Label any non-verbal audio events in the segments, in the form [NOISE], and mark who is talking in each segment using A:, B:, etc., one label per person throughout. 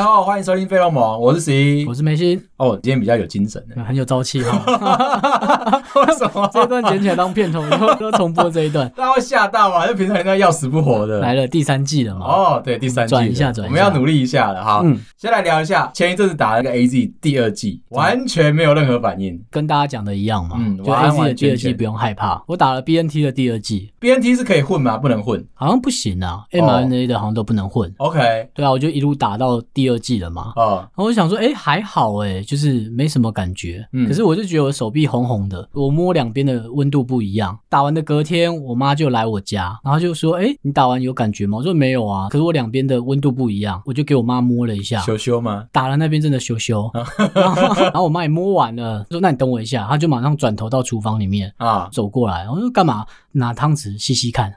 A: 好，欢迎收听《费洛蒙》，我是十一
B: 我。是梅心，
A: 哦，今天比较有精
B: [LAUGHS]
A: 神呢。
B: 很有朝气哈。
A: 为什么？
B: 这一段捡起来当片头，以后都重播这一段。
A: 大家会吓到啊！就平常人家要死不活的。
B: 来了第三季了嘛？
A: 哦，对，第三季
B: 转一
A: 了
B: 下转一下
A: 我们要努力一下了哈。
B: 嗯，
A: 先来聊一下前一阵子打那个 A Z 第二季，完全没有任何反应。
B: 跟大家讲的一样嘛，
A: 嗯
B: 就
A: 完
B: A Z 的
A: 完
B: 第
A: 全
B: 二季
A: 全
B: 不用害怕。我打了 B N T 的第二季，
A: B N T 是可以混吗？不能混。
B: 好像不行
A: 哦
B: 啊，M R N A 的好像都不能混。
A: OK，
B: 对啊，我就一路打到第二季了嘛。
A: 哦，
B: 然后我想说，哎、还好哎、就是没什么感觉。
A: 嗯
B: 可是我就觉得我手臂红红的，我摸两边的温度不一样。打完的隔天，我妈就来我家，然后就说，哎、你打完有感觉吗？我说没有啊，可是我两边的温度不一样，我就给我妈摸了一下。
A: 羞啊羞吗？
B: 打了那边真的羞羞，然后 [LAUGHS] 然后我妈也摸完了，说那你等我一下，她就马上转头到厨房里面
A: 啊，
B: 走过来，我说干嘛？拿汤匙吸
A: [LAUGHS]
B: 吸看，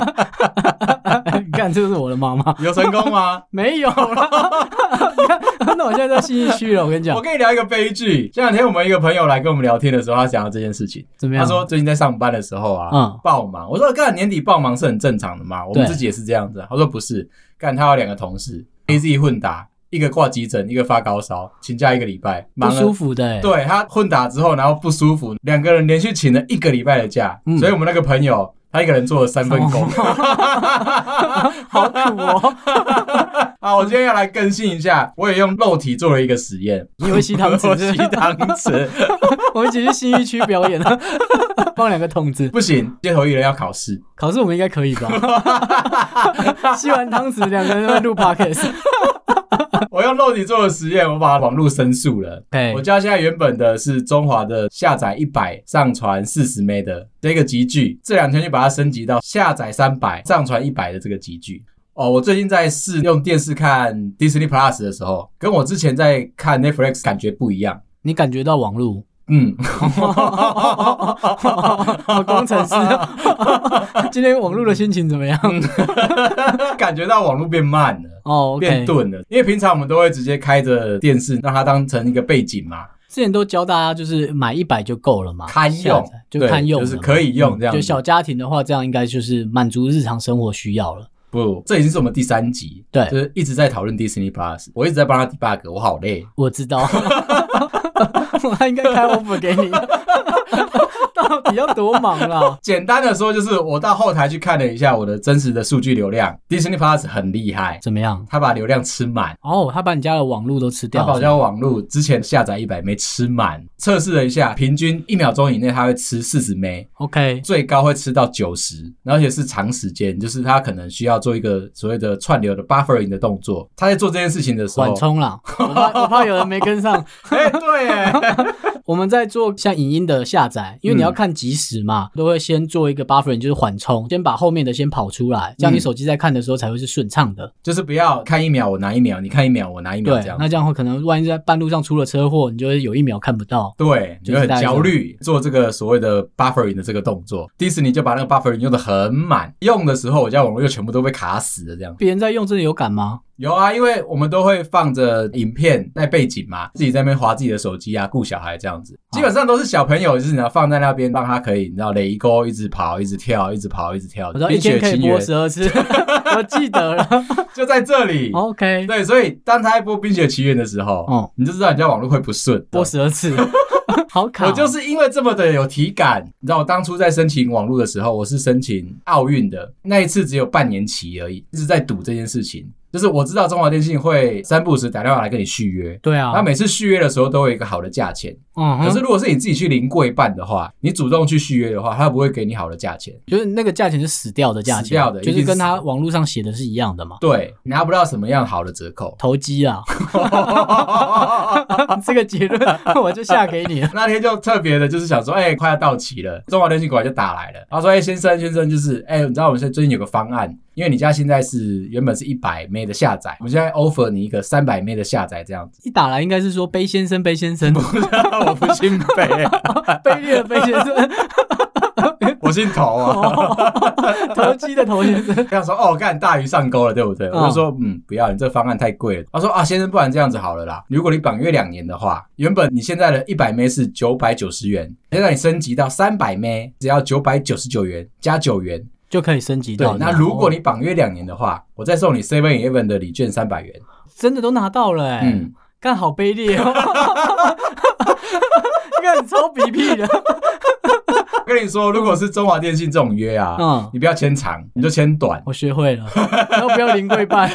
B: [LAUGHS] 看这是我的妈妈，？
A: 有成功吗
B: [LAUGHS] 没有啦，那我现在在信义区了，我跟你讲
A: 我，跟你聊一个悲剧。前两天我们一个朋友来跟我们聊天的时候，他讲到这件事情。
B: 怎么样？
A: 他说最近在上班的时候啊，
B: 嗯
A: 爆忙。我说干年底爆忙是很正常的嘛，我们
B: 对
A: 自己也是这样子啊。他说不是，干他有两个同事 A Z 混打，一个挂急诊，一个发高烧，请假一个礼拜，
B: 不
A: 忙
B: 舒
A: 了。
B: 服的、欸，
A: 对他混打之后，然后不舒服，两个人连续请了一个礼拜的假，
B: 嗯哦
A: 所以我们那个朋友他一个人做了三份工。
B: 好苦哦。
A: [LAUGHS] 啊，我今天要来更新一下，我也用肉体做了一个实验，
B: 你会吸汤
A: [LAUGHS]
B: 匙
A: 我吸汤匙
B: 我们一起去信义区表演啊，放两个桶子，
A: 不行，街头艺人要考试。
B: 考试我们应该可
A: [LAUGHS]
B: 以吧？吸完汤匙，两个人在录 podcast，
A: 我用肉体做了实验，我把网络申诉了。
B: 对
A: 我家现在原本的是中华的下载一百、上传四十 M 的这个集聚，这两天就把它升级到下载三百、上传一百的这个集聚。哦，我最近在试用电视看 Disney Plus 的时候，跟我之前在看 Netflix 感觉不一样。
B: 你感觉到
A: [LAUGHS]
B: 网路？
A: 嗯，
B: 哦工程师， [LAUGHS] 今天网路的心情怎么样？
A: 感觉到网络变慢了。
B: 哦
A: 变
B: ，OK，
A: 钝了，因为平常我们都会直接开着电视，让它当成一个背景嘛。
B: 之前都教大家就是买一百就够了嘛，
A: 堪用
B: 下载就
A: 对
B: 堪用了嘛，嗯
A: 就是可以用这样子
B: 就小家庭的话，这样应该就是满足日常生活需要了。
A: 不，这已经是我们第三集，
B: 对
A: 就是一直在讨论 Disney Plus，我一直在帮他 debug，我好累。
B: 我知道，我应该开 offer 给你，到底要多忙啦？
A: 简单的说，就是我到后台去看了一下我的真实的数据流量，Disney Plus 很厉害，
B: 怎么样？
A: 它把流量吃满，
B: 哦，他把你家的网路都吃
A: 它
B: 掉
A: 把
B: 了，
A: 家网络之前下载一百枚吃满，测试了一下，平均一秒钟以内它会吃四十枚，
B: OK，
A: 最高会吃到九十，而且是长时间，就是它可能需要做一个所谓的串流的 buffering 的动作。它在做这件事情的时候
B: 缓，冲啦。我怕我怕有人没跟上。
A: 哎、对耶， [LAUGHS]
B: 我们在做像影音的下载，因为
A: 嗯
B: 你要看即时嘛，都会先做一个 buffering，就是缓冲，先把后面的先跑出来，这样你
A: 嗯
B: 手机在看的时候才会是顺畅的。
A: 就是不要看一秒我拿一秒，你看一秒我拿一秒
B: 对
A: 这，样
B: 那。这样会可能万一在半路上出了车祸，你就会有一秒看不到。
A: 对，你
B: 就
A: 就是很
B: 大家
A: 焦虑，做这个所谓的 buffering 的这个动作。迪士尼就把那个 buffering 用的很满，用的时候我家网络又全部都被卡死了，这样。
B: 别人在用真的有感吗？
A: 有啊，因为我们都会放着影片在背景嘛，自己在那边划自己的手机啊，顾小孩这样子。基本上都是小朋友，就是你要放在那边，让他可以，你知道，雷沟一直跑，一直跳，一直跑，一直跳。
B: 我知道一
A: 冰
B: 天
A: 雪
B: 可以
A: 奇
B: 播
A: 缘
B: 十
A: [LAUGHS]
B: 二次，我记得了。
A: 就在这里。
B: OK，
A: 对，啊所以当他在播《冰雪奇缘》的时候，
B: 哦
A: 你就知道你家网络会不顺。
B: 播十二次， [LAUGHS] 好卡。哦
A: 我就是因为这么的有体感，你知道我当初在申请网络的时候，我是申请奥运的，那一次只有半年期而已，一直在赌这件事情。就是我知道中华电信会三不五时打电话来跟你续约，
B: 对啊，
A: 那每次续约的时候都有一个好的价钱。
B: 嗯哼，
A: 可是如果是你自己去临柜办的话，你主动去续约的话，他不会给你好的价钱。
B: 就是那个价钱是死掉的价钱，啊
A: 死掉的
B: 就
A: 一定
B: 是
A: 是
B: 跟
A: 死
B: 他
A: 的
B: 网络上写的是一样的嘛。。
A: 对，拿不到什么样好的折扣 [LAUGHS]
B: 投机啊，这个结论 [LAUGHS] 我就下给你了。
A: [LAUGHS] 那天就特别的，就是想说，哎、快要到期了，中华电信果然就打来了。他说，哎、先生，先生，就是，哎、你知道我们现在最近有个方案，因为你家现在是原本是一百 M 的下载，我们现在 offer 你一个三百 M 的下载这样子。
B: 一打来应该是说“卑先生，卑先生，
A: [LAUGHS]
B: [LAUGHS]
A: 我不姓北，
B: 卑劣的卑先生，
A: [LAUGHS] 我姓头啊。
B: 投机的投先生
A: 他想说，哦，干大鱼上钩了，对不对？
B: 嗯
A: 我就说，嗯，不要，你这个方案太贵了。他说，啊，先生，不然这样子好了啦，如果你绑约两年的话，原本你现在的一百 M 是九百九十元，现在你升级到三百 M，只要九百九十九元加九元。”
B: 就可以升级
A: 对
B: 到这，样。
A: 那如果
B: 哦
A: 你绑约两年的话，我再送你 Seven Eleven 的礼券三百元。
B: 真的都拿到了、欸，
A: 嗯，
B: 干好卑劣哦， [LAUGHS] 干超比屁的，
A: 我跟你说，如果是中华电信这种约啊，
B: 嗯
A: 你不要签长，你就签短，
B: 我学会了，然后不要临柜办，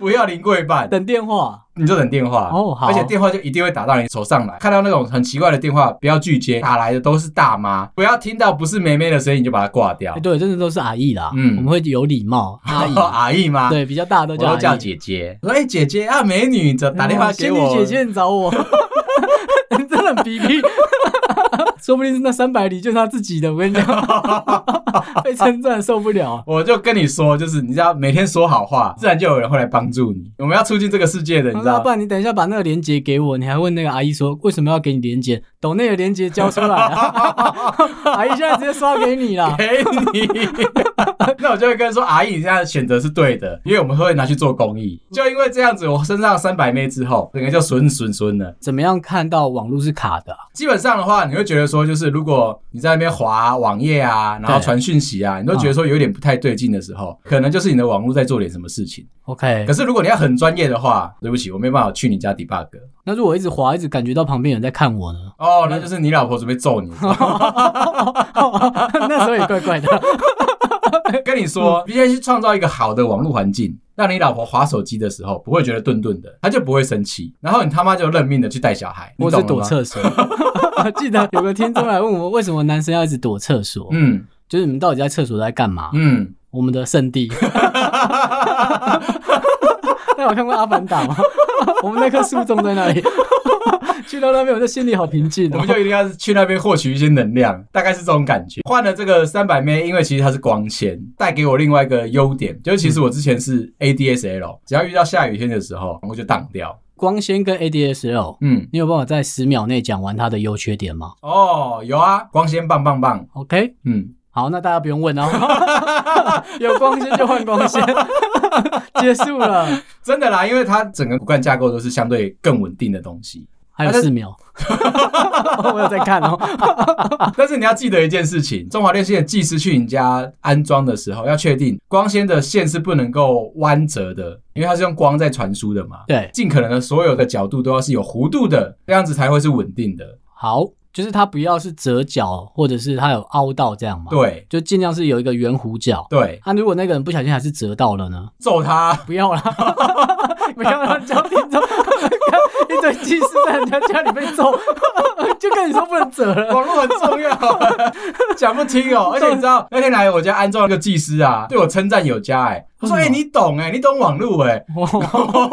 A: 不要零过一半，
B: 等电话，
A: 你就等电话
B: 嗯哦好
A: 而且电话就一定会打到你手上来。看到那种很奇怪的电话，不要拒接，打来的都是大妈，不要听到不是妹妹的声音你就把它挂掉 [LAUGHS]
B: 哎，。对，真的都是阿姨啦，
A: 嗯
B: 我们会有礼貌，阿姨，
A: 阿姨吗？，
B: 对，比较大的
A: 我
B: 都叫
A: 都
B: 阿
A: 叫
B: 姨，
A: 姐姐。我说哎、姐姐啊，美女，这打电话给我。
B: 仙女姐姐，你找我， [LAUGHS] 真的很逼逼。 [LAUGHS] 说不定是那三百里就是他自己的，我跟你讲， [LAUGHS] 被称赞受不了。
A: 我就跟你说，就是你知道，每天说好话，自然就有人会来帮助你。我们要促进这个世界的，你
B: 他
A: 知
B: 说啊
A: 道
B: 不？然你等一下把那个链接给我，你还问那个阿姨说为什么要给你链接？懂那个链接交出来啊， [LAUGHS] 阿姨现在直接刷给你啦。
A: 给你， [LAUGHS] 那我就会跟说，阿姨，你这样的选择是对的，因为我们会拿去做公益。就因为这样子，我身上三百妹之后，整个就损损损了。
B: 怎么样看到网络是卡的啊、
A: 基本上的话，你会觉得说，就是如果你在那边滑网页啊，然后
B: 对
A: 传讯息啊，你都觉得说有点不太对劲的时候，可能就是你的网络在做点什么事情。
B: ？OK，
A: 可是如果你要很专业的话，对不起，我没办法去你家 debug。
B: 那如果我一直滑，一直感觉到旁边有人在看我呢？ [LAUGHS]
A: 哦，那就是你老婆准备揍你。
B: 那时候也怪怪的。
A: [LAUGHS] 跟你说，
B: 嗯
A: 你先去创造一个好的网络环境，让你老婆划手机的时候不会觉得顿顿的，她就不会生气，然后你他妈就认命的去带小孩，你
B: 我
A: 懂
B: 是
A: 了
B: 躲
A: 吗。
B: 厕所。 [LAUGHS] 记得有个听众来问我，为什么男生要一直躲厕所？
A: 嗯
B: 就是你们到底在厕所在干嘛？
A: 嗯，
B: 我们的圣地。 [LAUGHS] 那有看过《阿凡达》吗？ [LAUGHS] 我们那棵树种在那里， [LAUGHS] 去到那边我就心里好平静、
A: 我
B: 哦
A: 们。就一定要去那边获取一些能量，大概是这种感觉。换了这个三百枚，因为其实它是光纤，带给我另外一个优点，就是其实我之前是 ADSL，只要遇到下雨天的时候，我就挡掉。
B: 光纤跟 ADSL，
A: 嗯，
B: 你有办法在十秒内讲完它的优缺点吗
A: 哦，有啊，光纤棒棒棒。
B: ？OK，
A: 嗯，
B: 好，那大家不用问哦。 [LAUGHS] 有光纤就换光 [LAUGHS] 纤，结束了。
A: 真的啦，因为它整个骨干架构都是相对更稳定的东西。
B: 还有
A: 但
B: 四秒， [LAUGHS] 我有在看哦。
A: 但是你要记得一件事情，中华电信的技师去你家安装的时候，要确定光纤的线是不能够弯折的，因为它是用光在传输的嘛。
B: 对，
A: 尽可能的所有的角度都要是有弧度的，这样子才会是稳定的。
B: 好，就是它不要是折角，或者是它有凹到这样嘛。，
A: 对
B: 就尽量是有一个圆弧角。
A: 对，
B: 啊，如果那个人不小心还是折到了呢？
A: 揍 [LAUGHS] 他！
B: [LAUGHS] 不 [LAUGHS] 要啦，不要让人家听众一堆技师在人家家里被揍， [LAUGHS] 就跟你说不能折了。
A: 网络很重要， [LAUGHS] 讲不听 [LAUGHS] 哦。而且你知道那天来我家安装了个技师啊，对我称赞有加哎、我说哎、
B: 为什么
A: 你懂哎、你懂网络哎、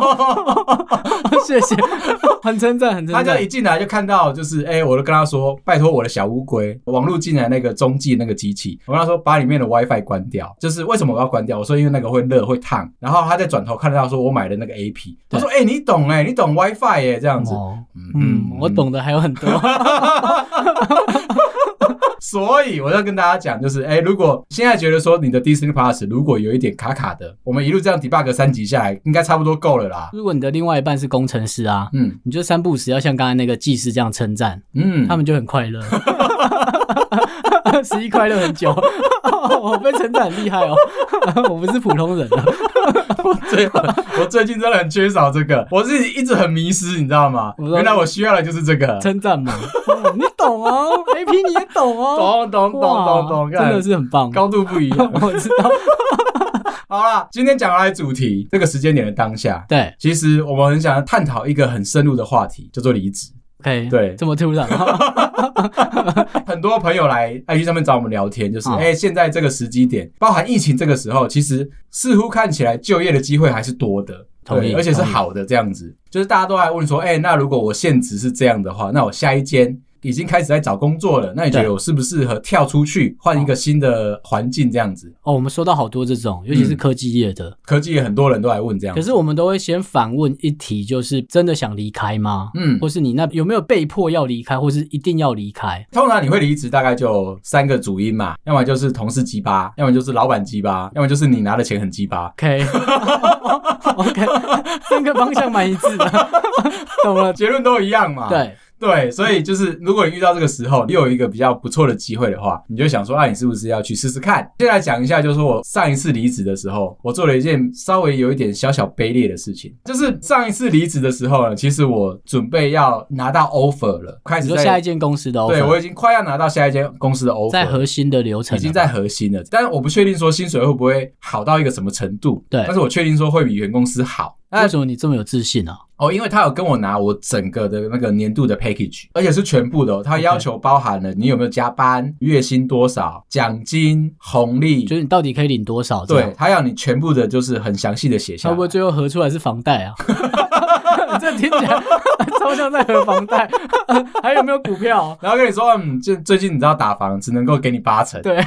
B: [LAUGHS] 谢谢，很称赞，很称
A: 他就
B: 赞
A: 一。进来就看到就是哎、我就跟他说拜托我的小乌龟，网络进来那个中继那个机器，我跟他说把里面的 WiFi 关掉，就是为什么我要关掉？我说因为那个会热会烫。然后他再转头看到说我买的那个 AP，他说哎、你懂哎、你懂 WiFi 哎、这样子。
B: 哦，嗯，我懂的还有很多。 [LAUGHS]
A: 所以我要跟大家讲，就是哎、如果现在觉得说你的 Disney Plus 如果有一点卡卡的，我们一路这样 debug 三级下来，应该差不多够了啦。
B: 如果你的另外一半是工程师啊，
A: 嗯
B: 你就三不五时要像刚才那个技师这样称赞，
A: 嗯，
B: 他们就很快 [LAUGHS] 乐。十一快乐很久， [LAUGHS] 哦我被称赞很厉害哦， [LAUGHS] 我不是普通人啊，
A: [LAUGHS] 最我最近真的很缺少这个，我自己一直很迷失，你知道吗？
B: 我知道
A: 原来我需要的就是这 [LAUGHS] 个。
B: 称赞嘛，哦你
A: [LAUGHS]
B: 懂哦，A P 你也懂哦，
A: 懂懂懂懂懂，
B: 哇真的
A: 看
B: 是很棒，
A: 高度不一样。
B: [LAUGHS] 我知
A: [LAUGHS]
B: 道，
A: 好啦，今天讲来主题，这个时间点的当下，
B: 对
A: 其实我们很想要探讨一个很深入的话题，叫做离职。
B: ，OK，
A: 对
B: 这么
A: [LAUGHS]
B: 突然，
A: 很多朋友来 IG 上面找我们聊天，就是哎、
B: 嗯
A: 欸现在这个时机点，包含疫情这个时候，其实似乎看起来就业的机会还是多的，
B: 同意
A: 对而且是
B: 同意
A: 好的这样子。就是大家都还问说，哎、那如果我现职是这样的话，那我下一间已经开始在找工作了，那你觉
B: 对
A: 得我适不适合跳出去换一个新的环境这样子？
B: 哦，我们收到好多这种，尤其
A: 嗯
B: 是科技业的，
A: 科技也很多人都来问这样
B: 可
A: 子，
B: 是我们都会先反问一题，就是真的想离开吗？
A: 嗯，
B: 或是你那有没有被迫要离开，或是一定要离开？
A: 通常你会离职，大概就三个主因嘛，要么就是同事鸡巴，要么就是老板鸡巴，要么就是你拿的钱很鸡巴。
B: [LAUGHS] OK [LAUGHS]
A: [LAUGHS]
B: OK，三个方向蛮一致的，懂了。
A: 结论都一样嘛。
B: 对，
A: 对，所以就是如果你遇到这个时候，你有一个比较不错的机会的话，你就想说，啊，你是不是要去试试看？现在讲一下，就是我上一次离职的时候，我做了一件稍微有一点小小卑劣的事情，就是上一次离职的时候呢，其实我准备要拿
B: [LAUGHS]
A: 到 offer 了，开
B: 你
A: 始
B: 说
A: 在
B: 下一间公司的 offer，
A: 对我已经快要拿到下一间公司的 offer，
B: 在核心的流程啊
A: 已经在核心了，但是我不确定说薪水会不会好到一个什么程度，
B: 对
A: 但是我确定说会比原公司好。那
B: 为什么你这么有自信啊？
A: 哦，因为他有跟我拿我整个的那个年度的 package，而且是全部的、哦，他要求包含了你有没有加班、月薪多少、奖金、红利，
B: 就是你到底可以领多少？这样
A: 对，，他要你全部的，就是很详细的写下
B: 会
A: 来
B: 不。会最后合出来是房贷啊？ [LAUGHS] 你这听起来超像在合房贷， [LAUGHS] 还有没有股票？
A: 然后跟你说，嗯，就最近你知道打房只能够给你八成，
B: 对，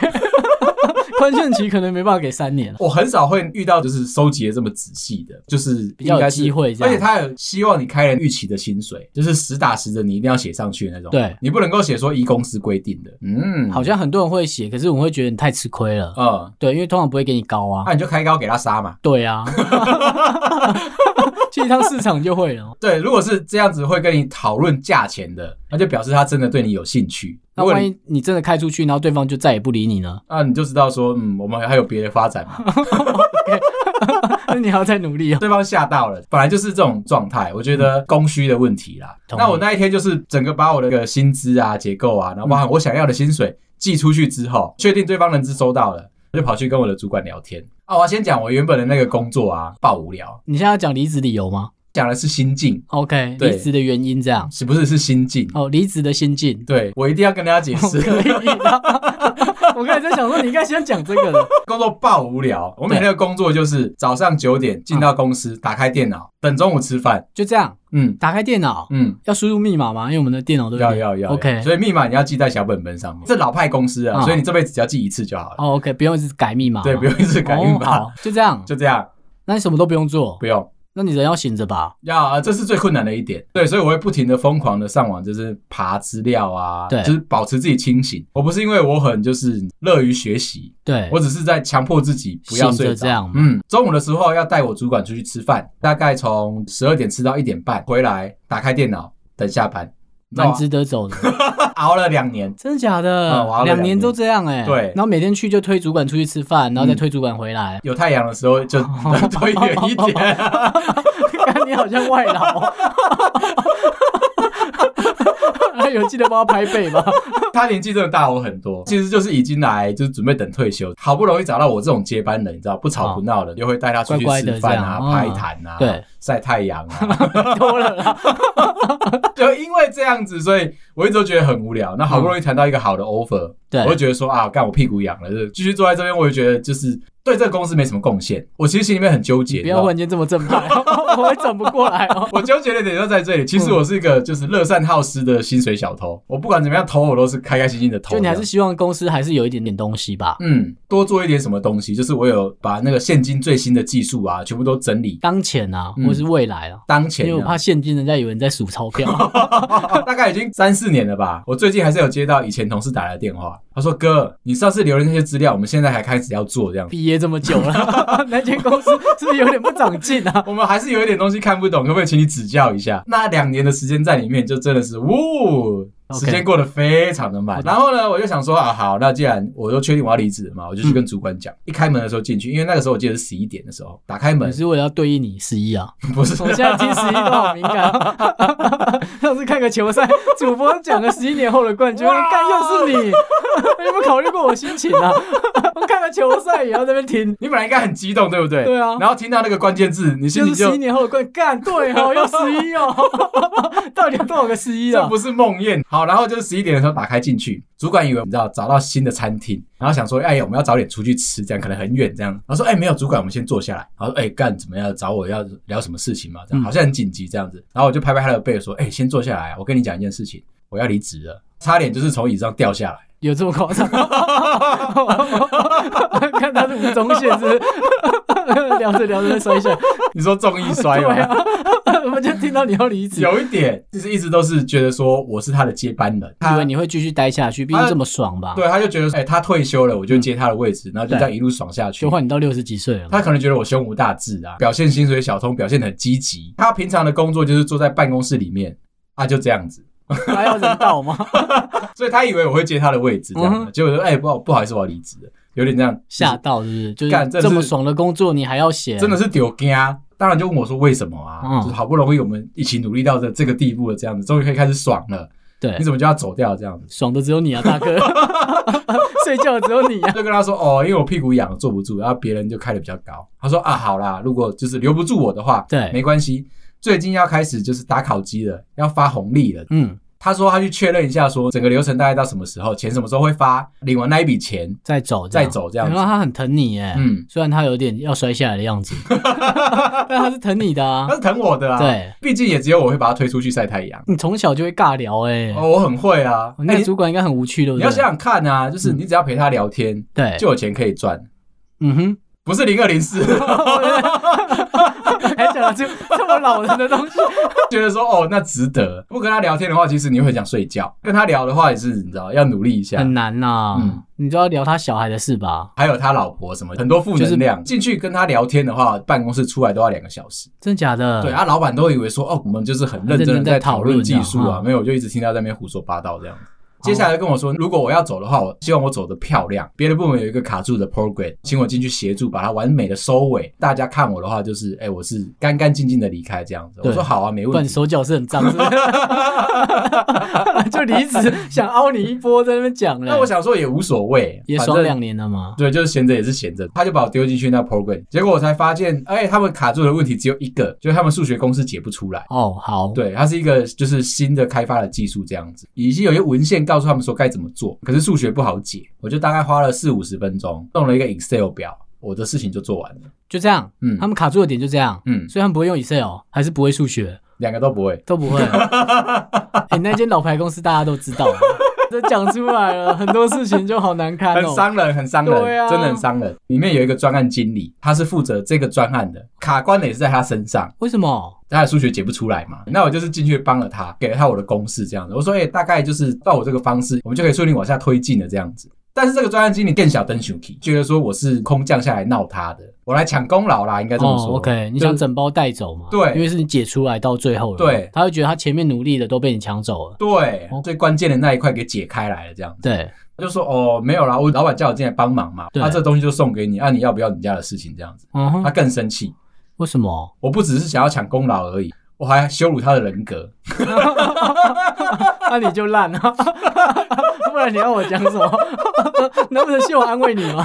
B: 宽限期可能没办法给三年了。
A: 我很少会遇到就是收集的这么仔细的，就是
B: 比较有
A: 应该是
B: 机会这
A: 而
B: 样
A: 且他有希望你开人预期的薪水，就是实打实的，你一定要写上去的那种。
B: 对
A: 你不能够写说依公司规定的。嗯，
B: 好像很多人会写，可是我会觉得你太吃亏了。
A: 嗯，
B: 对，因为通常不会给你高啊
A: 那、。你就开高给他杀嘛。
B: 对啊， [LAUGHS] 去一趟市场就会了。
A: 对，如果是这样子会跟你讨论价钱的，那就表示他真的对你有兴趣。
B: 那
A: 如果
B: 万
A: 你
B: 一你真的开出去，然后对方就再也不理你呢？
A: 啊，你就知道说，嗯，我们还有别的发展嘛。
B: [LAUGHS] 那你还要再努力啊。
A: 对方吓到了，本来就是这种状态，我觉
B: 嗯
A: 得供需的问题啦。
B: 同意
A: 那我那一天就是整个把我的那个薪资啊、结构啊，然
B: 嗯
A: 后包含我想要的薪水寄出去之后，确定对方人资收到了，我就跑去跟我的主管聊天。啊，我要先讲我原本的那个工作啊，爆无聊，
B: 你现在要讲离职理由吗
A: 讲的是心境，
B: ？OK，
A: 对
B: 离职的原因这样。
A: 是不是是心境？
B: 哦，离职的心境。
A: [LAUGHS] 对我一定要跟大家解
B: 我
A: 释，
B: 可以 [LAUGHS] 的。我刚才在想说，你应该先讲这个的。
A: 工作爆无聊。我每天的工作就是早上九点进到公司，打开电脑，等中午吃饭。
B: 就这样，
A: 嗯
B: 打开电脑、
A: 嗯，
B: 要输入密码吗？因为我们的电脑都
A: 要要要
B: OK，
A: 所以密码你要记在小本本上面。这老派公司啊，
B: 嗯
A: 所以你这辈子只要记一次就好了。
B: 哦 OK，不用一直改密码嘛，
A: 对，不用一直改密
B: 哦
A: 码，
B: 好，就这样。
A: 就这样，
B: 那你什么都不用做
A: 不，用。
B: 那你人要醒着吧？
A: 要、啊，这是最困难的一点。对，所以我会不停的疯狂的上网，就是爬资料啊，
B: 对
A: 就是保持自己清醒。我不是因为我很就是乐于学习，
B: 对
A: 我，只是在强迫自己不要
B: 醒
A: 睡
B: 着
A: 着。
B: 这样嘛
A: 嗯，中午的时候要带我主管出去吃饭，大概从十二点吃到一点半，回来打开电脑等下班，你知道
B: 蛮
A: 吗
B: 值得走
A: [LAUGHS]
B: 的。
A: 熬了两年。
B: 真的假
A: 嗯我熬了
B: 的？
A: 两年
B: 两年都这样哎。
A: 对
B: 然后每天去就推主管出去吃饭，然后再
A: 嗯。
B: 推主管回来 [LAUGHS]
A: 有太阳的时候就多远一点， [LAUGHS]
B: 看你好像外劳。有记得帮他拍背
A: [LAUGHS]
B: 吗？
A: 他年纪真的大我很多，其实就是已经来就是准备等退休，好不容易找到我这种接班人，你知道不吵不闹的，又会带他出去
B: 哦乖乖
A: 吃
B: 的
A: 饭啊、
B: 这样
A: 拍
B: 嗯
A: 坛啊、
B: 对
A: 晒太阳啊， [LAUGHS]
B: 多了啦，
A: 就因为这样子，所以我一直都觉得很无聊。那好
B: 嗯
A: 不容易谈到一个好的 offer，、
B: 对
A: 我就觉得说啊，干我屁股痒了，就是继续坐在这边，我就觉得就是对这个公司没什么贡献。我其实心里面很纠结，
B: 不要忽
A: 问。
B: 然间这么正派，我会转不过来哦。
A: [LAUGHS] 我纠结的点就在这里。其实我是一个就是乐善好施的薪水小偷，我不管怎么样偷，我都是开开心心的偷。
B: 就你还是希望公司还是有一点点东西吧，
A: 嗯，多做一点什么东西，就是我有把那个现今最新的技术啊，全部都整理
B: 当前啊，
A: 嗯
B: 或是未来啊，
A: 当
B: 因
A: 前
B: 为我
A: 啊、
B: 怕现金人家以为你在数钞
A: [LAUGHS]
B: 票。
A: 哦大概已经三四年了吧。我最近还是有接到以前同事打来的电话，他说：“哥，你上次留的那些资料，我们现在还开始要做这样。”
B: 毕业这么久了， [LAUGHS] 那间公司是不是有点不长进
A: [LAUGHS]
B: 啊？
A: 我们还是有一点东西看不懂，可不可以请你指教一下？那两年的时间在里面，就真的是，呜，
B: OK
A: 时间过得非常的慢。然后呢，我就想说啊，好，那既然我都确定我要离职了嘛，我就去跟主管讲。一开门的时候进去，因为那个时候我记得是十一点的时候，打开门
B: [LAUGHS] 你是为了要对应你十
A: [LAUGHS]
B: 一啊？
A: 不是
B: 我现在听十一都好敏感，啊
A: [LAUGHS]
B: 上次看个球赛，主播讲了十一年后的冠
A: [LAUGHS]
B: 军，
A: 哇
B: 干又是你， [LAUGHS] 你有没有考虑过我心情啊？ [LAUGHS] 我看个球赛也要在那边听，
A: 你本来应该很激动，对不对？
B: 对啊
A: 然后听到那个关键字，你心
B: 就
A: 里
B: 是
A: 就
B: 十一年后的冠，干对哦， [LAUGHS] 又十一哦，到底有多少个十一
A: 这
B: 啊？
A: 不是梦魇。好，然后就是十一点的时候打开进去，主管以为你知道找到新的餐厅，然后想说，哎呀，我们要早点出去吃，这样可能很远这样。然后说，哎，没有，主管，我们先坐下来。然后说，哎，干怎么样？找我要聊什么事情嘛？这样
B: 嗯
A: 好像很紧急这样子。然后我就拍拍他的背说，哎，先坐下来，我跟你讲一件事情，我要离职了，差点就是从椅子上掉下来。
B: 有这么夸张？ [LAUGHS] 看他是吴宗宪是不是 [LAUGHS] 聊着聊着在摔下，
A: [LAUGHS] 你说中医摔 [LAUGHS]
B: 对
A: 吗？
B: 啊，我就听到你要离职，
A: 有一点，就是一直都是觉得说我是他的接班人，
B: 以
A: 他
B: 为你会继续待下去，毕竟这么爽吧？，
A: 对，他就觉得说，哎、他退休了，我就接他的位置，然后就这样一路爽下去
B: 就。换你到六十几岁了嘛。
A: 他可能觉得我胸无大志啊，表现薪水小偷，表现得很积极。他平常的工作就是坐在办公室里面，啊，就这样子。
B: 还要人道吗？
A: 所以他以为我会接他的位置，这样
B: 嗯
A: 的。结果就说：“哎，不好不好意思，我要离职了。”有点这样
B: [LAUGHS] 吓到是不是？就
A: 干
B: 是
A: 这是
B: 这么爽的工作，你还要写？
A: 真的是丢惊啊！当然就问我说为什么啊？
B: 嗯
A: 就是好不容易我们一起努力到这这个地步了，这样子终于可以开始爽了，
B: 对
A: 你， [LAUGHS] 怎么就要走掉这样子？
B: 爽的只有你啊，大
A: [LAUGHS]
B: 哥，睡觉的只有你啊。
A: 就跟他说哦，因为我屁股痒坐不住，然后别人就开的比较高。他说啊，好啦，如果就是留不住我的话，
B: 对
A: 没关系。最近要开始就是打烤鸡了，要发红利了。
B: 嗯，
A: 他说他去确认一下，说整个流程大概到什么时候，钱什么时候会发，领完那一笔钱
B: 再走，
A: 再。走这样
B: 然
A: 子
B: 后。他很疼你耶，
A: 嗯
B: 虽然他有点要摔下来的样
A: [LAUGHS]
B: 子，但他是疼你的啊
A: 他。是疼我的啊，，
B: 对，
A: 毕竟也只有我会把他推出去晒太阳。
B: 你从小就会尬聊哎，
A: 哦，我很会啊，
B: 那
A: 哎
B: 个
A: 你
B: 主管应该很无趣，对不
A: 你
B: 对？嗯
A: 要想想看啊，就是你只要陪他聊天，
B: 对，
A: 就有钱可以赚，[LAUGHS]
B: 嗯哼，
A: 不是零二零
B: [LAUGHS]
A: 四，
B: 还讲了这这么老人的东西，
A: 觉得说哦，那值得。不跟他聊天的话，其实你会很想睡觉；跟他聊的话，也是你知道要努力一下。
B: [LAUGHS] 很难呐
A: 嗯。
B: 你就要聊他小孩的事吧？
A: 还有他老婆什么，很多负能量。进去跟他聊天的话，办公室出来都要两个小时。
B: 真假的？
A: 对啊，老板都以为说哦，我们就是很认
B: 嗯认
A: 真
B: 真
A: 的
B: 在
A: 在讨论
B: 讨论这
A: 技
B: 样
A: 术啊，
B: 嗯
A: 没有，我就一直听他在那边胡说八道这样。接下来跟我说，如果我要走的话，我希望我走的漂亮。别的部门有一个卡住的 program，请我进去协助，把它完美的收尾。大家看我的话，就是哎、我是干干净净的离开这样子。我
B: 对
A: 说好啊，没
B: 不
A: 问
B: 然
A: 题。
B: 手脚是很脏， [LAUGHS] 是不是？就离职想凹你一波，在那边讲了。
A: 那我想说也无所谓，
B: 也
A: 反
B: 爽
A: 正
B: 两年了嘛。
A: 对，就是闲着也是闲着，他就把我丢进去那 program，结果我才发现，哎、他们卡住的问题只有一个，就是他们数学公式解不出来。
B: 哦，好，
A: 对，它是一个就是新的开发的技术这样子，已经有些文献告诉他们说该怎么做，可是数学不好解，我就大概花了四五十分钟弄了一个 Excel 表，我的事情就做完了。
B: 就这样。
A: 嗯
B: 他们卡住的点就这样，
A: 嗯，
B: 所以他们不会用 Excel，还是不会数学，
A: 两个都不会。
B: 都不
A: [LAUGHS]
B: 会。哎，那间老牌公司大家都知道，都讲出来了，很多事情就好难堪
A: 很
B: 哦。
A: 伤人，很伤人，
B: 对啊
A: 真的很伤人。里面有一个专案经理，他是负责这个专案的，卡关的也是在他身上。
B: 为什么？
A: 他的数学解不出来嘛，那我就是进去帮了他，给了他我的公式这样子。我说，哎、大概就是照我这个方式，我们就可以顺利往下推进了这样子。但是这个专案经理更小灯熊 k 觉得说我是空降下来闹他的，我来抢功劳啦，应该这么说。
B: 哦，OK，你
A: 就是
B: 想整包带走嘛？
A: 对
B: 因为是你解出来到最后了，
A: 对
B: 他会觉得他前面努力的都被你抢走了，
A: 对
B: 哦
A: 最关键的那一块给解开来了这样子。
B: 对，
A: 他就说哦，没有啦，我老板叫我进来帮忙嘛，
B: 对
A: 他、这东西就送给你，啊，你要不要你家的事情这样子？
B: 嗯
A: 他
B: 哼，
A: 更生气，
B: 为
A: [LAUGHS]
B: 什么？
A: 我不只是想要抢功劳而已，我还羞辱他的人格。
B: 那你就烂啊， [LAUGHS] 不然你要我讲什么？ [LAUGHS] 能不能是我安慰你
A: [LAUGHS]
B: 吗？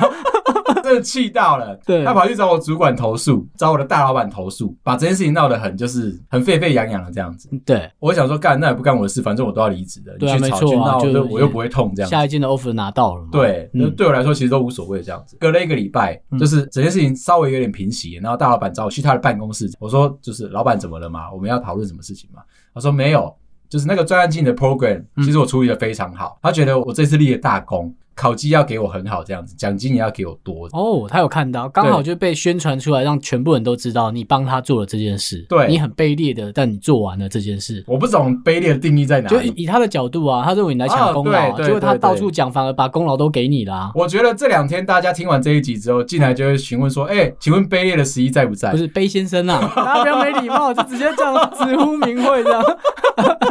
A: 真的气到了，
B: 对
A: 他跑去找我主管投诉，找我的大老板投诉，把这件事情闹得很就是很沸沸扬扬的这样子。
B: 对，
A: 我想说，干那也不干我的事，反正我都要离职的，
B: 嗯对啊
A: 你去
B: 没
A: 吵
B: 错
A: 去
B: 啊
A: 闹，
B: 就
A: 对我又不会痛这样
B: 下
A: 子。
B: 一件的 offer 拿到了嘛？，
A: 对，
B: 嗯
A: 那对我来说其实都无所谓这样子。隔了一个礼拜，
B: 嗯
A: 就是整件事情稍微有点平息，然后大老板找我去他的办公室，我说就是老板怎么了嘛？我们要讨论什么事情嘛？他说没有，就是那个专案经理的 program，
B: 嗯
A: 其实我处理的非常好，他觉得我这次立了大功，考绩要给我很好这样子，奖金也要给我多。
B: 哦，他有看到，刚好就被宣传出来，让全部人都知道你帮他做了这件事。
A: 对
B: 你很卑劣的，但你做完了这件事。
A: 我不懂卑劣的定义在哪
B: 就
A: 里。
B: 以他的角度啊，他认为你来抢功劳啊、
A: 哦对对
B: 结果他
A: 对对
B: 到处讲，反而把功劳都给你啊啦、
A: 我觉得这两天大家听完这一集之后，进来就会询问说：“哎、请问卑劣的十一在不在
B: 不是卑先生啊，大家不要没礼貌，就直接这样直呼名讳这样，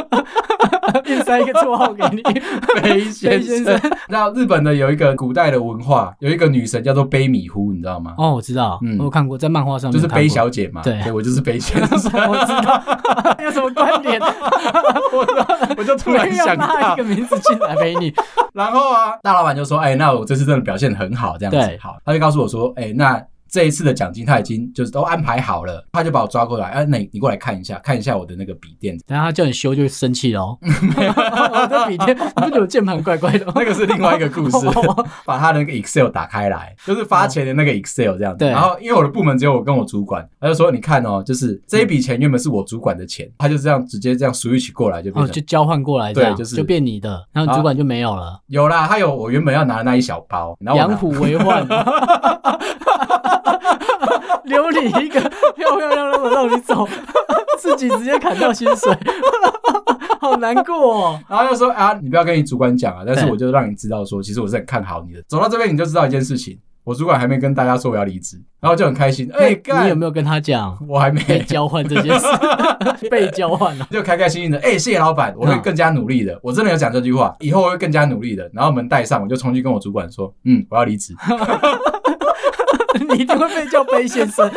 B: [LAUGHS] 硬塞一个绰号给
A: [LAUGHS]
B: 你。？”
A: 卑
B: 卑先生，
A: 那日本的有一个古代的文化，有一个女神叫做卑米呼，你知道吗？
B: [LAUGHS] 哦，我知道，
A: 嗯
B: 我有看过，在漫画上面
A: 就是
B: 有看
A: 卑
B: 过。
A: 小姐嘛，
B: 对
A: 我就是卑先
B: [LAUGHS]
A: 生，
B: 我知道， [LAUGHS] 有什么观点？
A: 我就突
B: 没
A: 然
B: 有
A: 想
B: 拉
A: 到
B: 一个，名字进来陪你。
A: 然后啊，大老板就说：“哎、那我这次真的表现得很好，这样子
B: 对
A: 好。”他就告诉我说：“哎、那这一次的奖金他已经就是都安排好了，他就把我抓过来，哎、那你你过来看一下，看一下我的那个笔电，
B: 等下他叫你修就生气
A: [LAUGHS]
B: 了哦。 [LAUGHS] 我的笔电不是有键盘怪怪的吗？
A: 那个是另外一个故
B: [LAUGHS]
A: 事
B: 哦，
A: 把他那个 Excel 打开来，就是发钱的那个 Excel 这样子。
B: 对
A: 然后因为我的部门只有我跟我主管，他就说：“你看哦，就是这一笔钱原本是我主管的钱，他就这样直接这样 switch 过来就变
B: 哦，
A: 成、
B: 就交换过来这
A: 对
B: 样，
A: 就是
B: 就变你的，然后主管就没有了，
A: 有啦，他有我原本要拿的那一小包，然后我
B: 养
A: 拿
B: 虎为患。 [LAUGHS] 留你一个漂漂亮亮的让你走， [LAUGHS] 自己直接砍掉薪水， [LAUGHS] 好难过哦。
A: 然后就说啊，你不要跟你主管讲啊，但是
B: 对
A: 我就让你知道说，其实我是很看好你的。走到这边你就知道一件事情，我我主管还没跟大家说我要离职，然后我就很开心，
B: 那
A: 哎、干，
B: 你有没有跟他 [LAUGHS] 讲
A: 我还没
B: 被交换这件 [LAUGHS] 事？被交换了、
A: 就开开心心的，哎、谢谢老板，我会
B: 嗯
A: 更加努力的。我真的有讲这句话，以后我会更加努力的。然后门带上，我就冲去跟我主管说，嗯，我要离
B: [LAUGHS]
A: 职。
B: 你一定会被叫杯先生。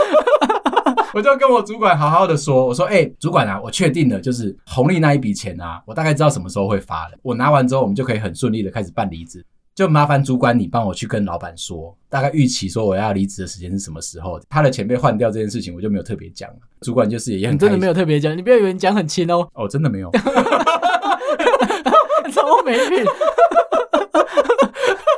A: 我就跟我主管好好的说，我说，哎、主管啊，我确定了，就是红利那一笔钱啊，我大概知道什么时候会发了。我拿完之后，我们就可以很顺利的开始办离职。就麻烦主管你帮我去跟老板说，大概预期说我要离职的时间是什么时候。他的钱被换掉这件事情，我就没有特别讲了。主管就是也很
B: 你真的没
A: 有
B: 有特别讲，你不要以为你讲很轻哦，
A: 哦，真的没有。
B: 超没品。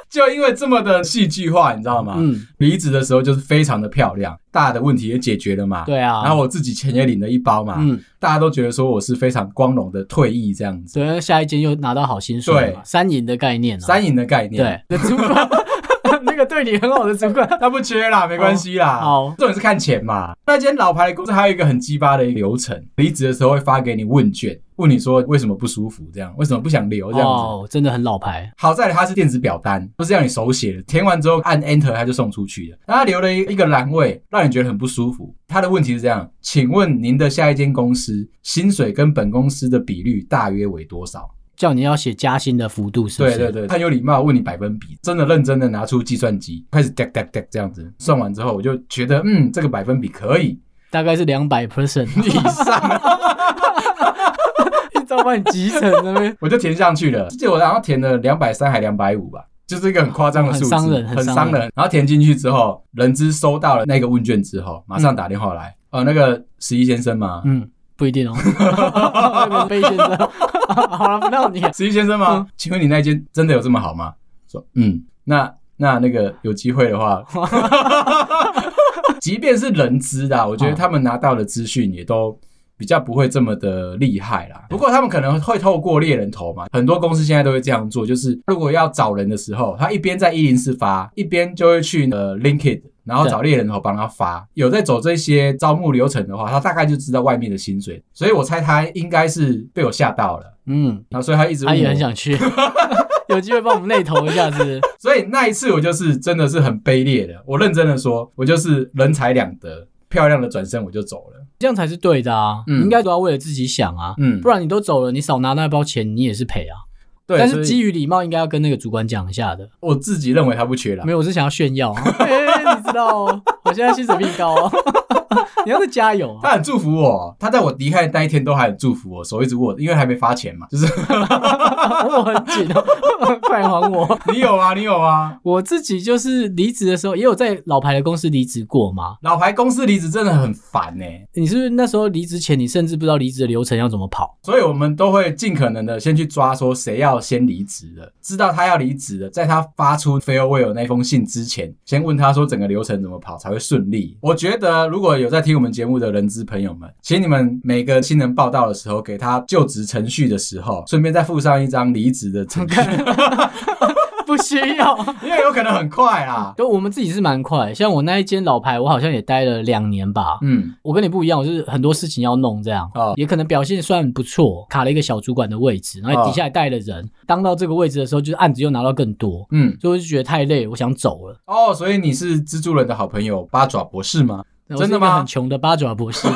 A: 就因为这么的戏剧化，你知道吗？
B: [LAUGHS] [LAUGHS] 嗯，
A: 离职的时候就是非常的漂亮，大的问题也解决了嘛。、
B: 对啊。
A: 然后我自己钱也领了一包嘛，
B: 嗯，
A: 大家都觉得说我是非常光荣的退役这样子。
B: 对，那下一间又拿到好薪水了嘛，三赢的概念啊。
A: 三赢的概念，，
B: 对，那主管 [LAUGHS] 那个对你很好的主管，
A: 他不缺啦，没关系啦。
B: 好好
A: 重点是看钱嘛。那间老牌的公司还有一个很鸡巴的流程，离职的时候会发给你问卷，问你说为什么不舒服，这样为什么不想留这样子。
B: 哦，真的很老牌。
A: 好在它是电子表单，不是让你手写的，填完之后按 Enter 它就送出去了。然后它留了一一个栏位，让你觉得很不舒服。它的问题是这样：请问您的下一间公司薪水跟本公司的比率大约为多少？
B: 叫你要写加薪的幅度，是不
A: 对
B: 是？
A: 对
B: 对。
A: 对，很有礼貌问你百分比，真的认真的拿出计算机开始 d e c d e c d e c 这样子算完之后，我就觉得嗯，这个百分比可以 [LAUGHS]
B: 大概是两百 [LAUGHS] percent，
A: 以上，啊
B: 一招把你急成那边。
A: 我就填上去了。记得我好像填了两百三还两百五吧。就是一个很夸张的数字，
B: 很伤人很
A: 很
B: 伤
A: 伤人。然后填进去之后，人资收到了那个问卷之后，马上打电话来，呃，那个十一先生吗？
B: [LAUGHS] 嗯，不一定哦。 [LAUGHS] 那个贝先生，好了，不
A: [LAUGHS]
B: 闹你了。
A: 十一先生吗？
B: 嗯
A: 请问你那间真的有这么好吗？说嗯，那那那个有机会的
B: [LAUGHS]
A: 话，即便是人资的啊，我觉得他们拿到的资讯也都。比较不会这么的厉害啦，不过他们可能会透过猎人头嘛，很多公司现在都会这样做，就是如果要找人的时候，他一边在一零四发，一边就会去呃 LinkedIn，然后找猎人头帮他发。有在走这些招募流程的话，他大概就知道外面的薪水，所以我猜他应该是被我吓到了。
B: 嗯，
A: 然后所以他一直问
B: 他也
A: 我
B: 很想去， [LAUGHS] 有机会帮我们内投一下是不是？
A: 所以那一次我就是真的是很卑劣的，我认真的说，我就是人财两得，漂亮的转身我就走了。
B: 这样才是对的啊！
A: 嗯
B: 你应该都要为了自己想啊，
A: 嗯
B: 不然你都走了，你少拿那包钱，你也是赔啊。
A: 对，
B: 但是
A: 所以
B: 基于礼貌，应该要跟那个主管讲一下的。
A: 我自己认为他不缺啦
B: 没。有，我是想要炫耀啊！ [LAUGHS] 哎你知道哦，我现在薪水比你高哦， [LAUGHS] 你要再加油啊！
A: 他很祝福我，他在我离开的那一天都还很祝福我，手一直握，因为还没发钱嘛，就是
B: [LAUGHS] 我很紧哦， [LAUGHS] 快还我！
A: 你有啊，你有啊。
B: 我自己就是离职的时候，也有在老牌的公司离职过嘛。
A: 老牌公司离职真的很烦欸呢、
B: 你是不是那时候离职前，你甚至不知道离职的流程要怎么
A: [LAUGHS]
B: 跑？
A: 所以我们都会尽可能的先去抓说谁要先离职的，知道他要离职的，在他发出 farewell 那封信之前，先问他说整个流程怎么跑才会顺利。我觉得如果有在听我们节目的人资朋友们，请你们每个新人报道的时候，给他就职程序的时候，顺便再附上一张离职的程
B: [LAUGHS]
A: 序，
B: 不需 [LAUGHS] 要。
A: 因为有可能很快啊啦。
B: 就我们自己是蛮快，像我那一间老牌，我好像也待了两年吧。
A: 嗯，
B: 我跟你不一样，我就是很多事情要弄这样，
A: 哦
B: 也可能表现算不错，卡了一个小主管的位置，然
A: 哦
B: 后底下也带了人，当到这个位置的时候，就是案子又拿到更多，
A: 嗯，
B: 所以我就觉得太累，我想走了。
A: 哦，所以你是蜘蛛人的好朋友八爪博士吗？
B: 我
A: 真
B: 是
A: 的
B: 一个
A: 吗
B: 很穷的八爪
A: [LAUGHS]
B: 博士，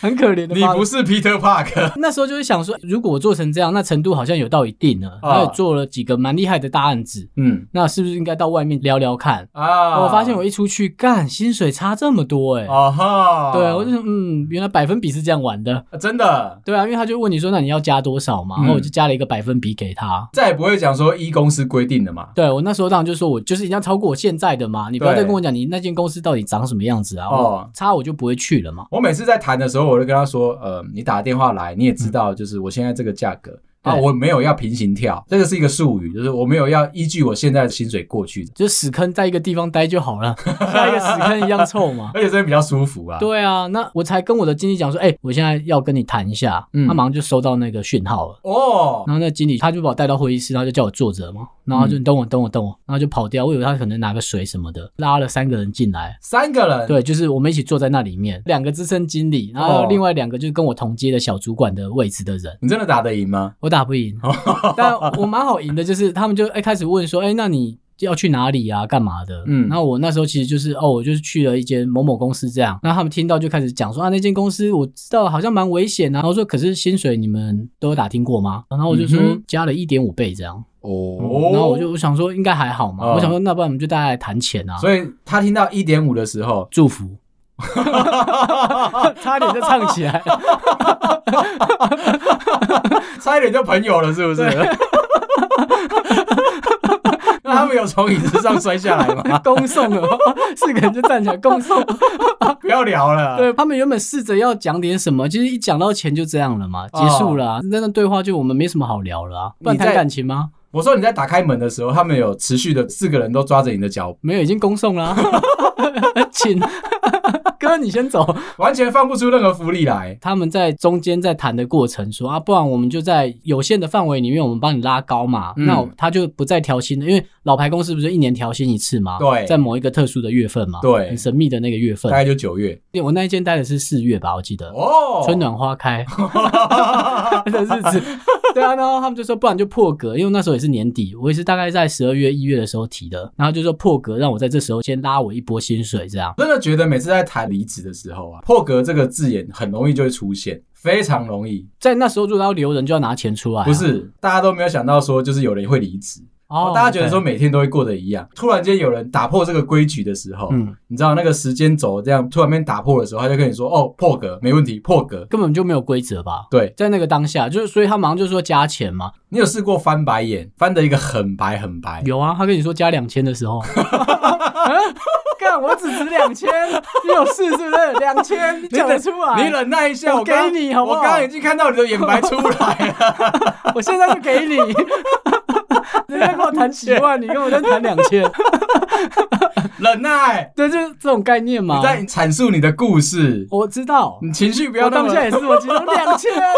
B: 很可怜的
A: 你
B: 八爪。
A: 不是 Peter Park
B: 那时候就是想说，如果我做成这样，那程度好像有到一定了，
A: 啊
B: 然后也做了几个蛮厉害的大案子，
A: 嗯
B: 那是不是应该到外面聊聊看？
A: 啊
B: 我发现我一出去干，薪水差这么多哎、
A: 哦哈，
B: 对，我就说嗯，原来百分比是这样玩的。
A: 真的。
B: 对啊，因为他就问你说，那你要加多少嘛？
A: 嗯
B: 然后我就加了一个百分比给他。
A: 再也不会讲说依公司规定的嘛。
B: 对我那时候当然就说我就是一定要超过我现在的嘛，你不要
A: 对
B: 再跟我讲你那间公司到底长什么样子啊，
A: 哦
B: 我差我就不会去了嘛。
A: 我每次在谈的时候，我就跟他说，呃，你打电话来，你也知道，就是我现在这个价格。啊，
B: 对
A: 我没有要平行跳，这个是一个术语，就是我没有要依据我现在的薪水过去的，
B: 就死坑在一个地方待就好了， [LAUGHS] 下一个死坑一样臭嘛。
A: 而且这个比较舒服啊。，
B: 对啊，那我才跟我的经理讲说，哎、我现在要跟你谈一下，
A: 嗯
B: 他马上就收到那个讯号了。
A: 哦，
B: 然后那经理他就把我带到会议室，然后就叫我坐着嘛，然后他就
A: 嗯
B: 你等我等我等我，然后就跑掉。我以为他可能拿个水什么的，拉了三个人进来，
A: 三个人，，
B: 对，就是我们一起坐在那里面，两个资深经理，然
A: 嗯
B: 后
A: 哦
B: 另外两个就是跟我同阶的小主管的位置的人，
A: 你真的打得赢吗？哦
B: [LAUGHS] 我打不赢，但我蛮好赢的，就是他们就哎、开始问说，哎、那你要去哪里啊，干嘛的。
A: 嗯
B: 嗯，那我那时候其实就是哦，我就是去了一间某某公司这样，那他们听到就开始讲说啊，那间公司我知道好像蛮危险啊，然后说可是薪水你们都有打听过吗？然后我就说、
A: 嗯哼
B: 加了一点五倍这样，
A: 哦
B: 然后我就我想说应该还好嘛，
A: 哦
B: 我想说那不然我们就大家来谈钱啊，，
A: 所以他听到一点五的时候
B: [LAUGHS] 祝福。差点就唱起
A: [LAUGHS]
B: 来，
A: 差一点就朋友了，是不是？ [LAUGHS] 那他们有从椅子上摔下
B: [LAUGHS]
A: 来吗？
B: 恭送了，四个人就站起来恭送。
A: 不要聊了。
B: 对他们原本试着要讲点什么，其实一讲到钱就这样了嘛，结束了、啊。那段对话就我们没什么好聊了啊，不
A: 哦
B: 然
A: 你在
B: 谈感情吗？
A: 我说你在打开门的时候，他们有持续的四个人都抓着你的脚，
B: 没有，已经恭送了啊、 [LAUGHS] 请 [LAUGHS] 哥你先走。
A: 完全放不出任何福利来。
B: 他们在中间在谈的过程说啊，不然我们就在有限的范围里面，我们帮你拉高嘛。
A: 嗯
B: 那我他就不再调薪了，因为老牌公司不是一年调薪一次嘛？
A: 对
B: 在某一个特殊的月份嘛，
A: 对
B: 很神秘的那个月
A: 大
B: 份。
A: 概就九月
B: 我那一间待的是四月吧，我记得。
A: 哦， [LAUGHS]
B: 春暖花开的日子， [LAUGHS] 对啊，然后他们就说，不然就破格，因为那时候也是年底，我也是大概在十二月、一月的时候提的，然后就说破格，让我在这时候先拉我一波薪水，这样。
A: 真的觉得每次在谈离职的时候啊，破格这个字眼很容易就会出现，非常容易。
B: 在那时候，如果要留人，就要拿钱出来啊、
A: 不是，大家都没有想到说，就是有人会离职。
B: 哦，
A: 大家觉得说
B: OK，
A: 每天都会过得一样，突然间有人打破这个规矩的时候，
B: 嗯，
A: 你知道那个时间轴这样突然间打破的时候，他就跟你说：“哦，破格没问题，破格。
B: 根本就没有规则吧”？
A: 对
B: 在那个当下，就是所以他马上就说加钱嘛，
A: 你有试过翻白眼，翻的一个很白很白，
B: 有啊，他跟你说加两千的时候， [LAUGHS] 看我只值两千，你有事是不是？两千你讲得出来？
A: 你忍耐一下，
B: 我
A: 我刚
B: 给你好不好
A: 我刚刚已经看到你的眼白出来
B: [LAUGHS]
A: 了，
B: 我现在就给 [LAUGHS] 你。人家跟我谈几万，你跟我在谈两千，
A: 忍耐，
B: [LAUGHS] 对，就是这种概念嘛
A: 你。在阐述你的故事，
B: 我知道，
A: 你情绪不要
B: 我
A: 那
B: 当
A: 么
B: 下也是我激动，两千，啊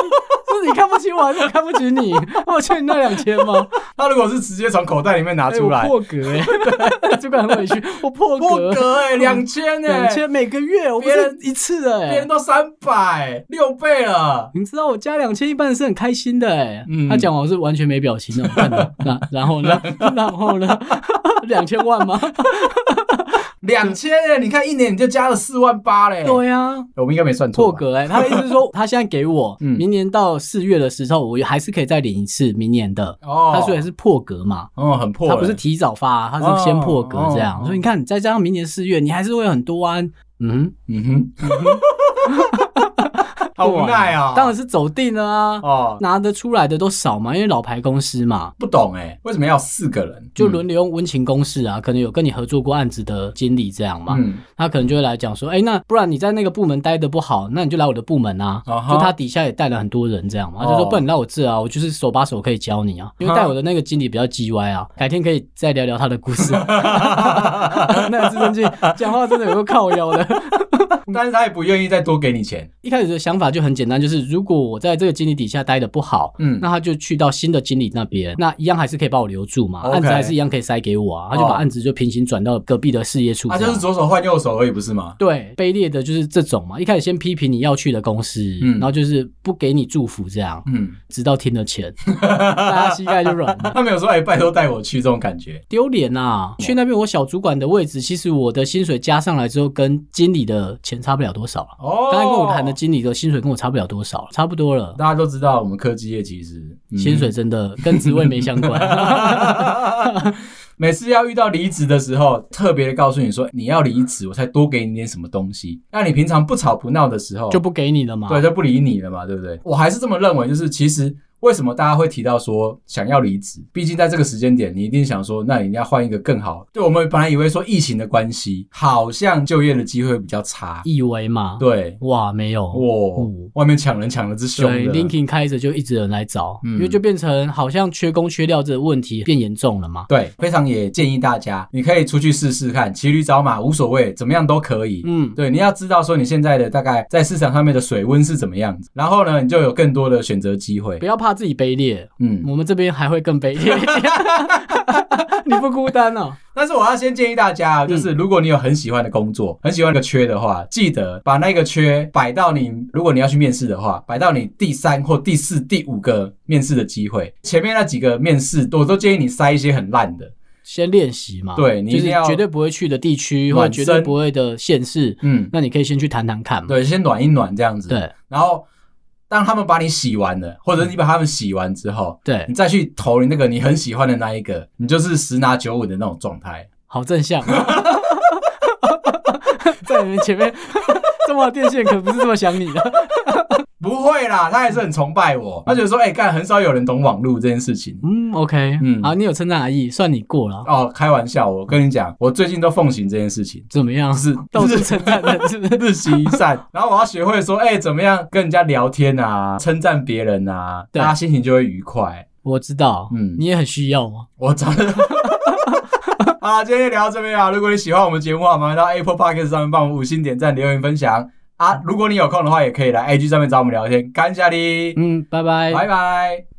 B: 是你看不起我，还是我看不起
A: [LAUGHS]
B: 你？我欠你那两千吗？
A: [LAUGHS] 他如果是直接从口袋里面拿
B: 哎
A: 出
B: 我
A: 来，
B: 破格 [LAUGHS] 哎，主管很委屈，我破
A: 破
B: 格，
A: 格哎，两千哎，
B: 两，千欸每个月，我不
A: 别人
B: 是一次的
A: 别
B: 哎
A: 人。都三百，六倍了。
B: 你知道我加两千一般人是很开心的哎、
A: 嗯
B: 他讲完我是完全没表情那种看的，那然后呢？ [LAUGHS] 然后呢？两千万
A: [LAUGHS]
B: 吗？
A: 两千哎，你看一年你就加了四万八嘞。
B: 对呀、
A: 我们应该没算错
B: 破
A: 吧。
B: 格哎、他的意思是说，他现在给我，
A: 嗯
B: 明年到四月的时候，我还是可以再领一次明年的。
A: 哦，
B: 他虽然是破格嘛，
A: 哦很破
B: 他
A: 了，
B: 不是提早发、他是先破格这
A: 哦
B: 样。
A: 哦哦
B: 所以你看，再加上明年四月，你还是会有很多啊。嗯， [LAUGHS]
A: 嗯哼，好无奈啊。
B: 当然是走定了啊，
A: 哦，
B: 拿得出来的都少嘛，因为老牌公司嘛，
A: 不懂哎，为什么要四个人
B: 就轮流用温情公式啊，可能有跟你合作过案子的经理这样嘛。
A: 嗯
B: [LAUGHS] 他可能就会来讲说，哎、那不然你在那个部门待的不好，那你就来我的部门啊。
A: 啊哈
B: 就他底下也带了很多人这样嘛，
A: 哦
B: 他就说不然你来我这啊，我就是手把手可以教你啊。因为带我的那个经理比较叽歪啊，改天可以再聊聊他的故
A: [LAUGHS]
B: 事。 [LAUGHS] 那自尊心讲话真的有个靠腰的。 [LAUGHS]
A: 但是他也不愿意再多给你钱。
B: 一开始的想法就很简单，就是如果我在这个经理底下待的不好，
A: 嗯
B: 那他就去到新的经理那边，那一样还是可以把我留住嘛
A: OK
B: 案子还是一样可以塞给我啊，他就
A: 哦
B: 把案子就平行转到隔壁的事业处这
A: 他
B: 样。
A: 就是左手换右手而已，不是吗？
B: 对，卑劣的就是这种嘛，一开始先批评你要去的公司，
A: 嗯
B: 然后就是不给你祝福这样，
A: 嗯，
B: 直到听
A: [LAUGHS]
B: 了钱，大家膝盖就软了。
A: 他没有说哎，拜托带我去这种感觉。
B: 丢脸
A: 哦
B: 呐！去那边我小主管的位置，其实我的薪水加上来之后，跟经理的钱差不了多少了。
A: 哦，
B: 刚才跟我谈的经理的薪水跟我差不了多少，差不多了。
A: 大家都知道，我们科技业其实、嗯
B: 薪水 [LAUGHS] 真的跟职位没相关，
A: [LAUGHS]
B: [LAUGHS]
A: 每次要遇到离职的时候，特别的告诉你说你要离职，我才多给你点什么东西。那你平常不吵不闹的时候，
B: 就不给你了嘛。
A: 对，就不理你了嘛，对不对？我还是这么认为，就是其实为什么大家会提到说想要离职？毕竟在这个时间点，你一定想说，那你一定要换一个更好。对我们本来以为说疫情的关系，好像就业的机会比较差，
B: 以为嘛。
A: 对，
B: 哇，没有
A: 哇，
B: 嗯
A: 外面抢人抢的之凶
B: 对
A: 的，
B: ，LinkedIn 开着就一直有人来找，
A: 嗯
B: 因为就变成好像缺工缺料这个问题变严重了嘛。
A: 对，非常也建议大家，你可以出去试试看，骑驴找马无所谓，怎么样都可以。
B: 嗯，
A: 对，你要知道说你现在的大概在市场上面的水温是怎么样子，然后呢，你就有更多的选择机会
B: 不。要怕自己卑劣，
A: 嗯，
B: 我们这边还会更卑
A: [LAUGHS]
B: 劣。 [LAUGHS] 你不孤单哦，
A: 但是我要先建议大家，
B: 嗯
A: 就是如果你有很喜欢的工作，很喜欢的缺的话，记得把那个缺摆到你，如果你要去面试的话，摆到你第三或第四、第五个面试的机会。前面那几个面试，我都建议你筛一些很烂的。
B: 先练习嘛，
A: 对你一
B: 就
A: 定
B: 是
A: 要
B: 绝对不会去的地区或
A: 暖
B: 者绝对
A: 身
B: 不会的县市，
A: 嗯，
B: 那你可以先去谈谈看嘛。
A: 对，先暖一暖这样子。，
B: 对
A: 然后当他们把你洗完了，或者你把他们洗完之后，
B: 对
A: 你，再去投你那个你很喜欢的那一个，你就是十拿九稳的那种状态。
B: 好正向 [LAUGHS] 啊，在你们前面， [LAUGHS] 中华电信可不是这么想你的。
A: 不会啦，他还是很崇拜我，他觉得说，哎、干，很少有人懂网络这件事情。
B: 嗯，OK，
A: 嗯
B: 嗯，好，你有称赞阿义，算你过了。
A: 哦，开玩笑，我跟你讲，我最近都奉行这件事情，
B: 怎么样？
A: 是
B: 到处
A: 是
B: 称赞人，是不是？
A: 日 [LAUGHS] 行一善。然后我要学会说，哎、怎么样跟人家聊天啊，称赞别人啊，
B: 对
A: 大家心情就会愉快。
B: 我知道，
A: 嗯
B: 嗯，你也很需要嘛。
A: 我找 [LAUGHS] 的。好，今天就聊到这边啊！如果你喜欢我们节目啊，麻烦到 Apple Podcast 上面帮我们五星点赞、留言、分享啊！如果你有空的话，也可以来 IG 上面找我们聊天。感谢你，
B: 嗯，拜拜。
A: 拜拜。